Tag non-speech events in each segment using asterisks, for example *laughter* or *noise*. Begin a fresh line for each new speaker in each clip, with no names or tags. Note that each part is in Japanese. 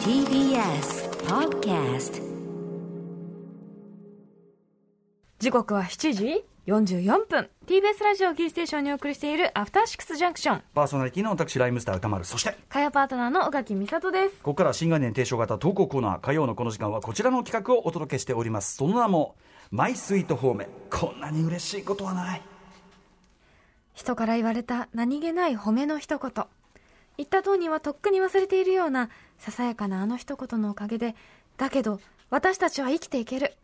TBS Podcast
時刻は7時44分 TBS ラジオキーステーションにお送りしている「アフターシックスジャンクション
パーソナリティの私ライムスター歌丸そして」
火曜パートナーの宇垣美里です
ここからは新概念提唱型投稿コーナー火曜のこの時間はこちらの企画をお届けしておりますその名も「マイスイートホームこんなに嬉しいことはない
人から言われた何気ない褒めの一言言った当人はとっくに忘れているようなささやかなあの一言のおかげでだけど私たちは生きていける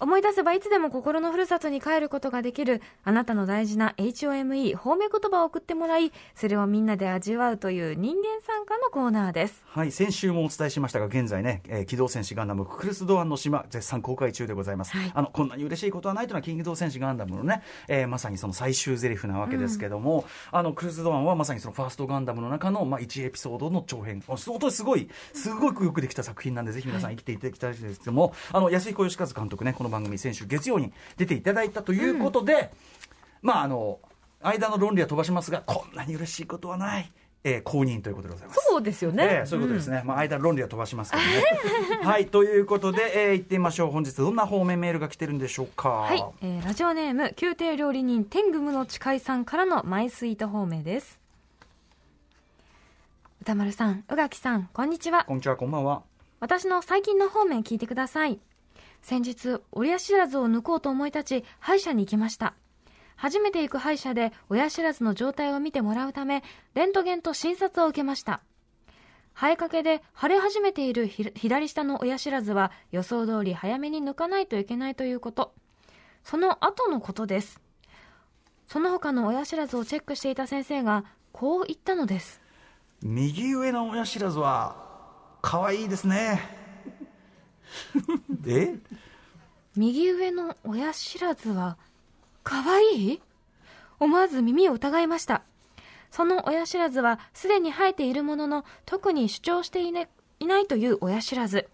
思い出せばいつでも心のふるさとに帰ることができるあなたの大事な HOME 褒め言葉を送ってもらいそれをみんなで味わうという人間参加のコーナーです」
はい先週もお伝えしましたが現在ね、えー機動戦士ガンダムククルス・ドアンの島絶賛公開中でございます、
はい
あのこんなに嬉しいことはないというのは機動戦士ガンダムのね、えーまさにその最終ゼリフなわけですけども、あのクルス・ドアンはまさにそのファーストガンダムの中の、まあ、1エピソードの長編あ相当すごいすごくよくできた作品なんでぜひ皆さん生きていただきたいですけども、あの安彦義和監督ねこの番組先週月曜に出ていただいたということで、まああの間の論理は飛ばしますがこんなに嬉しいことはない、えー公認ということでございます。
そうですよ
ええそういうことですね、まあ、間論理は飛ばしますけどね。はいということで、えー、行ってみましょう本日どんな方面メールが来てるんでしょうか
はい、えーラジオネーム宮廷料理人天狗の誓いさんからのマイスイート方面です歌丸さん宇垣さんこんにちは
こんにちはこんばんは
私の最近の方面聞いてください先日親知らずを抜こうと思い立ち歯医者に行きました初めて行く歯医者で親知らずの状態を見てもらうためレントゲンと診察を受けました生えかけで腫れ始めているひ左下の親知らずは予想通り早めに抜かないといけないということその後のことですその他の親知らずをチェックしていた先生がこう言ったのです
右上の親知らずは可愛いで
*laughs*
すねえ
右上の親知らずは可愛い思わず耳を疑いましたその親知らずはすでに生えているものの特に主張してい,、ね、いないという親知らず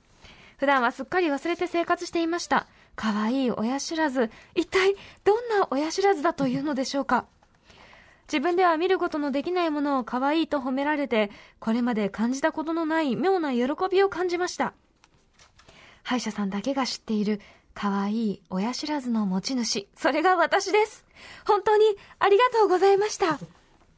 普段はすっかり忘れて生活していました可愛い親知らず一体どんな親知らずだというのでしょうか自分では見ることのできないものを可愛いと褒められてこれまで感じたことのない妙な喜びを感じました歯医者さんだけが知っている可愛い親知らずの持ち主それが私です本当にありがとうございました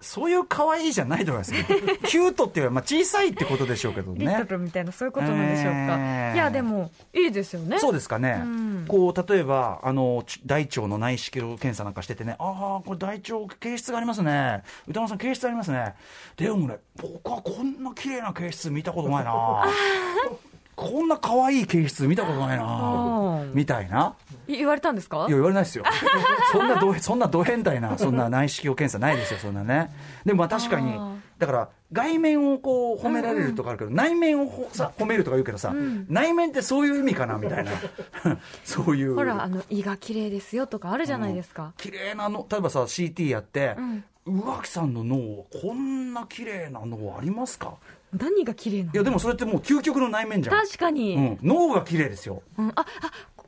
そういう可愛いじゃないと思いますよキュートっていうよりは、まあ、小さいってことでしょうけど
*laughs* リト
ね
ルみたいなそういうことなんでしょうか、
えー
いやでもいいですよね
そうですかね、
うん
こう例えばあのち大腸の内視鏡検査なんかしててねああこれ大腸形質がありますね歌丸さん形質ありますねでもね僕はこんな綺麗な形質見たことな
*laughs*
いなこんな可愛い形質見たことないな
うん
みたいない
言われたんですか
いや言われないですよ *laughs* そんなどそんなど変態なそんな内視鏡検査ないですよそんなねでもまあ確かに
あー
だから外面をこう褒められるとかあるけど、内面をほさ褒めるとか言うけどさ、内面ってそういう意味かなみたいな *laughs* そういう
ほらあの胃が綺麗ですよとかあるじゃないですか、
綺麗なの例えばさ CT やって、
ん
宇垣さんの脳こんな綺麗な脳ありますか
何が綺麗ない
やでもそれってもう究極の内面じゃん、
確かに、
うん、脳が綺麗ですよ
うんああ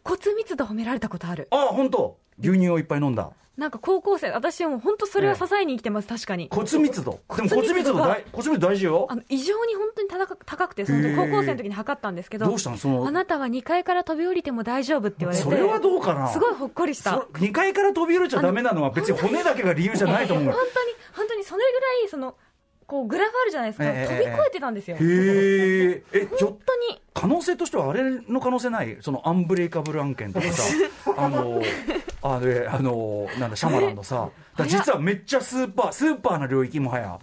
骨密度褒められたことある
あ本当牛乳をいっぱい飲んだ
なんか高校生私はもう本当それは支えに生きてます確かに
骨密度でも骨
骨
密
密
度
度が
大骨密度大事よ
あの異常に本当に高く高くてその
へ
時
ー
高校生の時に測ったんですけど
どうしたのその
あなたは2階から飛び降りても大丈夫って言われて
それはどうかな
すごいほっこりした
そ2階から飛び降りちゃダメなのは別に骨だけが理由じゃないと思う
本当に本当にそれぐらいそのこうグラフあるじゃないですか、
ええ
飛び越えてたんですよ、
へええひょ
本当に
可能性としてはあれの可能性ないそのアンブレイカブル案件とかさ
*laughs*
あのあれあのなんだシャマランのさだから実はめっちゃスーパースーパーな領域もはや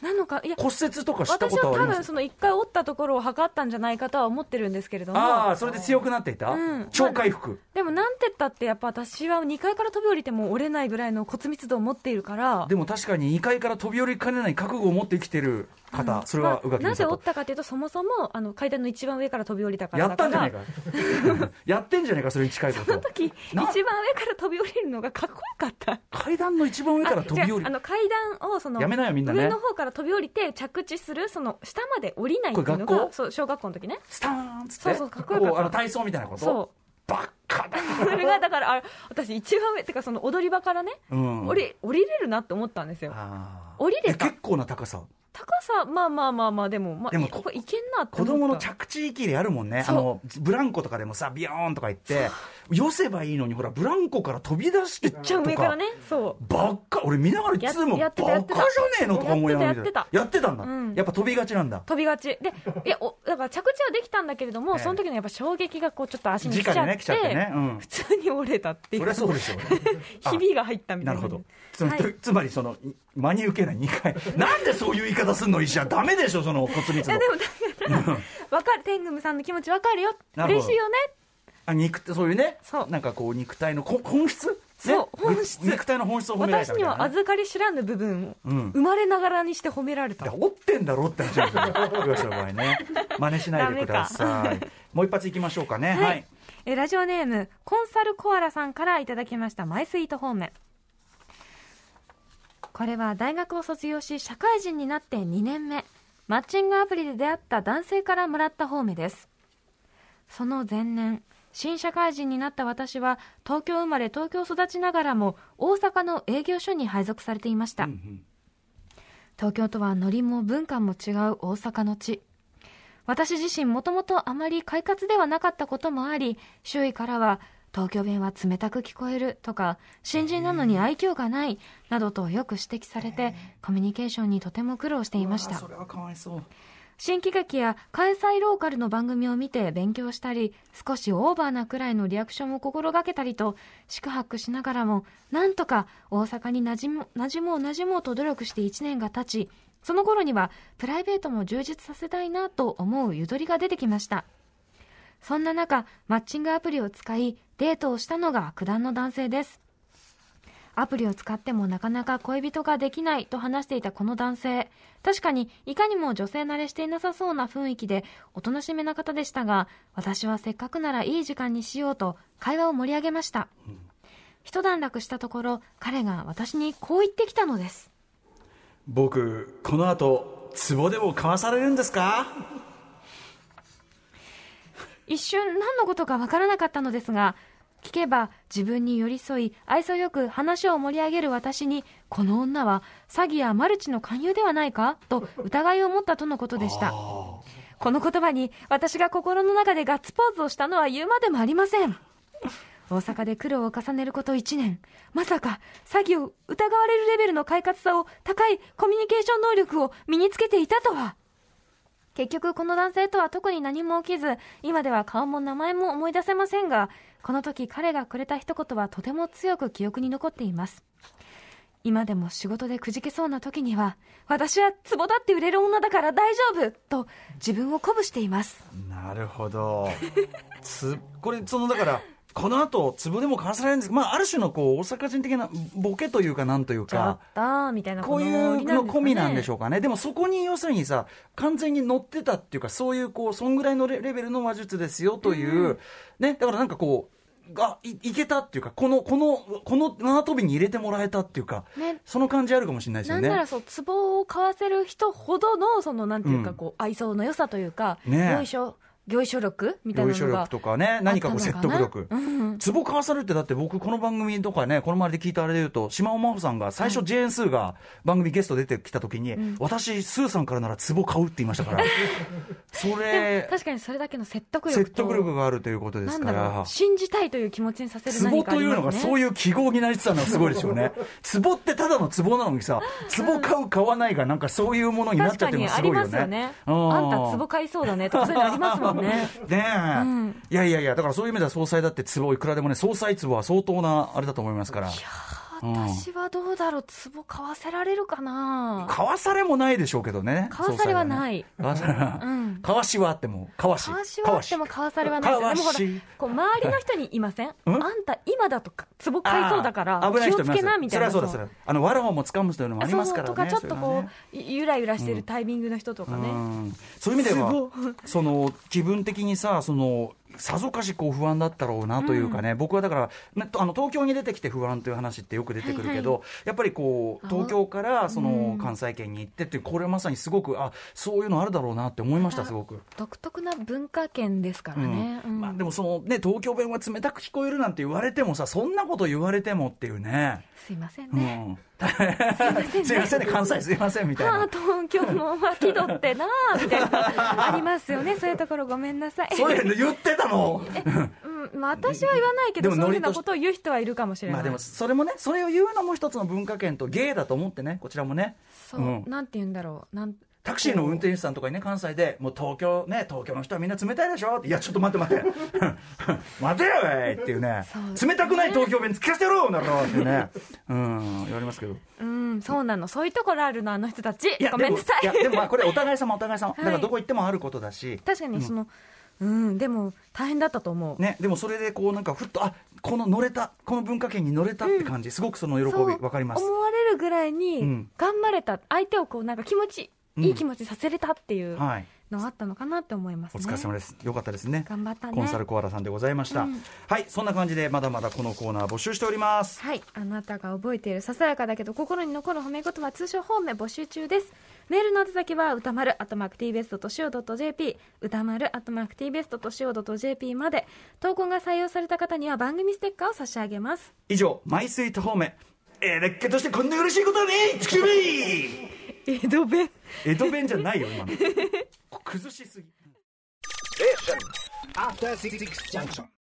なのかいや
骨折とかした
私
こと
は
はあ
多
りま
分
す
その1回折ったところを測ったんじゃないかとは思ってるんですけれども
ああそれで強くなっていた、
うん
超回復
でもなんて言ったってやっぱ私は2階から飛び降りても折れないぐらいの骨密度を持っているから
でも確かに2階から飛び降りかねない覚悟を持って生きてる方、それは宇
まあ
垣美
なぜ折
里
ったかというとそもそもあの階段の一番上から飛び降りたから
や
だ
っ
か
た
ら
んじゃないかやってんじゃないかそれに近いこと
その時一
な
番上から飛び降りるのがかっこよかった
*laughs* 階段の一番上から飛び降り
あ違うあ
る
の階段をその
やめなよみんなね
上の方から飛び降りて着地するその下まで降りないっていうの
これ学
が
校
そう小学校の時ね
スターンっつって
そうそうかっこよかった
うあの体操みたいなこと
そ
バッカ
*laughs*
だ
うそれがだからあ私一番上っていうかその踊り場からね、
うん
降り降りれるなって思ったんですよ
あー
降りれた
え結構な高さ
高さまあまあまあまあでもまあ
でも
ここいけんなって思
子
った
供の着地域であるもんね。あ
そう
の、ブランコとかでもさ、ビヨーンとか言って、寄せばいいのに、ほら、ブランコから飛び出して
めっちゃ上からねそう
ばっか俺見ながらいつも
や
バ
って
カじ
た
ゃ
やっ
ね
てた
えのとか思いながら見
やってた
やってたんだ、
うん
やっぱ飛びがちなんだ
飛びがちでいやおだから着地はできたんだけれども、
ええ
その時のやっぱ衝撃がこうちょっと足に来ちゃって
直でね来ちゃって
*laughs*
ねうん
普通に折れたってい
そうりゃそうでしょうねあ
ひびが入ったみた
ないる
な
ほどつ,、
はい
つまりそのい真に受けない2回
*laughs*
なんでそういう言い方すんの医者ダメでしょその骨密
いや
度
でもだからわかる天狗さんの気持ちわかるよ
なる
嬉
ほど
しいよね
あ肉ってそういうね
そう
なんかこう肉体のこ本質、ね、
そう本質
肉肉体の本質を褒められ
私
たみ
に
たいなね
は預かり知らぬ部分を
うん
生まれながらにして褒められた、
いや折ってんだろって話なんですよ岩下の場合ね真似しないでくだ *laughs* さいもう一発いきましょうかねはい、
はいえーラジオネームコンサルコアラさんからいただきましたマイスイート方面これは大学を卒業し社会人になって2年目マッチングアプリで出会った男性からもらった方面ですその前年新社会人になった私は東京生まれ東京育ちながらも大阪の営業所に配属されていました、
うんうん
東京とはノリも文化も違う大阪の地私自身もともとあまり快活ではなかったこともあり周囲からは東京弁は冷たく聞こえるとか新人なのに愛嬌がないなどとよく指摘されてコミュニケーションにとても苦労していまし
うわ
た
ーそれはかわいそう
新喜劇や関西ローカルの番組を見て勉強したり少しオーバーなくらいのリアクションを心がけたりと宿泊しながらもなんとか大阪に馴染も馴染もう馴染もうと努力して1年が経ちその頃にはプライベートも充実させたいなと思うゆとりが出てきましたそんな中マッチングアプリを使いデートをしたのが九段の男性ですアプリを使ってもなかなか恋人ができないと話していたこの男性。確かに、いかにも女性慣れしていなさそうな雰囲気で、おとなしめな方でしたが、私はせっかくならいい時間にしようと、会話を盛り上げました。一段落したところ、彼が私にこう言ってきたのです。
僕この後壺でも買わされるんですか
一瞬何のことかわからなかったのですが聞けば自分に寄り添い愛想よく話を盛り上げる私にこの女は詐欺やマルチの勧誘ではないかと疑いを持ったとのことでしたこの言葉に私が心の中でガッツポーズをしたのは言うまでもありません大阪で苦労を重ねること1年まさか詐欺を疑われるレベルの快活さを高いコミュニケーション能力を身につけていたとは結局この男性とは特に何も起きず今では顔も名前も思い出せませんがこの時彼がくれた一言はとても強く記憶に残っています今でも仕事でくじけそうな時には私はツボだって売れる女だから大丈夫と自分を鼓舞しています
なるほどつこれそのだからこの後壺でも買わされるんですまあある種のこう大阪人的なボケというかなんという
ちょ
か
っとみたいな
こういうの込みなんでし
ょ
ょうかねでもそこに要するにさ完全に乗ってたっていうかそういうこうそんぐらいのレレベルの話術ですよという、ねだからなんかこうがいいけたっていうかこのこのこの縄跳びに入れてもらえたっていうか、
ね
その感じあるかもしれないです
な
よ
ん
ね
ならそう、ツボを買わせる人ほどの、その、なんていう
う
か、
ん
こう、愛想の良さというか、
ねえ
よいしょ、よいしょ力みたい
語
な
彙
の
書
が。
力とかね何かこう説得力
あったのかなうん
ツボ買わされるってだって僕この番組とかねこの周りで聞いたあれで言うと島尾真帆さんが最初ジェーン・スーが番組ゲスト出てきた時に、私スーさんからならツボ買うって言いましたから
*laughs*
そ
でも
れ
確かにそれだけの説得力と
説得力があるということで
な
す
ん
か
だろ
ら
う信じたいという気持ちにさせる
ツボ
何かあ
と
り
いうの
ま
が
すね
そういう記号になりつつあるのはすごいですよねツボってただのツボなのにさツボ買う買わないがなんかそういうものになっ
確
ちゃっ
か
てるの
に
が
あ
す
り
ごいよ
ま
ね
すよね
う
あ
ん
んたツボ買いそうだねとかそういうのありますもんね
ねえ、
ん
いやいやいや、だからそういう意味では総裁だって壺いくらでもね、総裁壺は相当なあれだと思いますから。
私はどうだろうツボ買わせられるかな
買わされもないでしょうけどね。。
買わされはない
買わされは
うん
買わしはあっても、買わし。
買わしはあっても
買わし
買わされはない
かわ
でも
し
ほらこう周りの人にいませんあんた今だとかツボ買いそうだから
あー危ない
気を
人い
つ
ます
けなみたいな
それはそうだ、それはあの、わらをもつかむというのもありますからね。
そうとかちょっと
それは
こ
ね
うゆらゆらしてるタイミングの人とか
う
ね
んそういう意味では、その気分的にさ、そのさぞかしこう不安だったろうなというかね、僕はだから、ね、とあの東京に出てきて不安という話ってよく出てくるけど、
は
やっぱりこう
あ
東京からそうの
ん
関西圏に行ってっていうこれまさにすごくあそういうのあるだろうなって思いました
あ
すごく。
独特な文化圏ですからね、
うんまあ、
うん
でもそのね東京弁は冷たく聞こえるなんて言われてもさそんなこと言われてもっていうね。
すいません
う
ね、
ん、
せんね
すいませんね関西すいませんみたい
ああ
な。
東京もまあ気取ってなあみたいなありますよ
*laughs*
ねそういうところごめんなさい
そういうの言ってたの
うんまあ、私は言わないけど
でも
そういうよう
ノリと
な
し
ことを言う人はいるかもしれない、
*laughs* まあでもそれもねそれを言うのも一つの文化圏と芸だと思ってねこちらもね
そう、
うん
なんて言うんだろうなん
タクシーの運転手さんとかにね関西でもう東京ね東京の人はみんな冷たいでしょっていやちょっと待って待って *laughs* 待てよおいっていうね
そう
冷たくない東京弁聞かせてやろうなろってねうん言われますけど
うんそうなのそういうところあるのあの人たち
いや
ごめんなさい
でもいやでもまあこれお互い様お互い様、
い
だからどこ行ってもあることだし
確かにそのうん、でも大変だったと思う、
ね、でもそれでこうなんかふっとあこの乗れたこの文化圏に乗れたって感じ、すごくその喜
そう
びわかります
思われるぐらいに
うん
頑張れた、相手をこうなんか気持ちいい気持ちさせれたっていう
はい
のはあったのかなって思います
お
ね、
疲れ様ですよかったですね
頑張ったね
コンサルコアラさんでございました、
うん
はいそんな感じでまだまだこのコーナー募集しております
はい、あなたが覚えているささやかだけど心に残る褒め言葉通称褒め募集中ですメールの宛先は歌丸あとマーク TBS としお .jp 歌丸あとマーク TBS としお .jp まで投稿が採用された方には番組ステッカーを差し上げます
以上マイスイートホームえー、れっけとしてこんな嬉しいことはねえ地球ビ
*laughs* 江戸弁
江戸弁じゃないよ今の崩しすぎ
After Six Junction.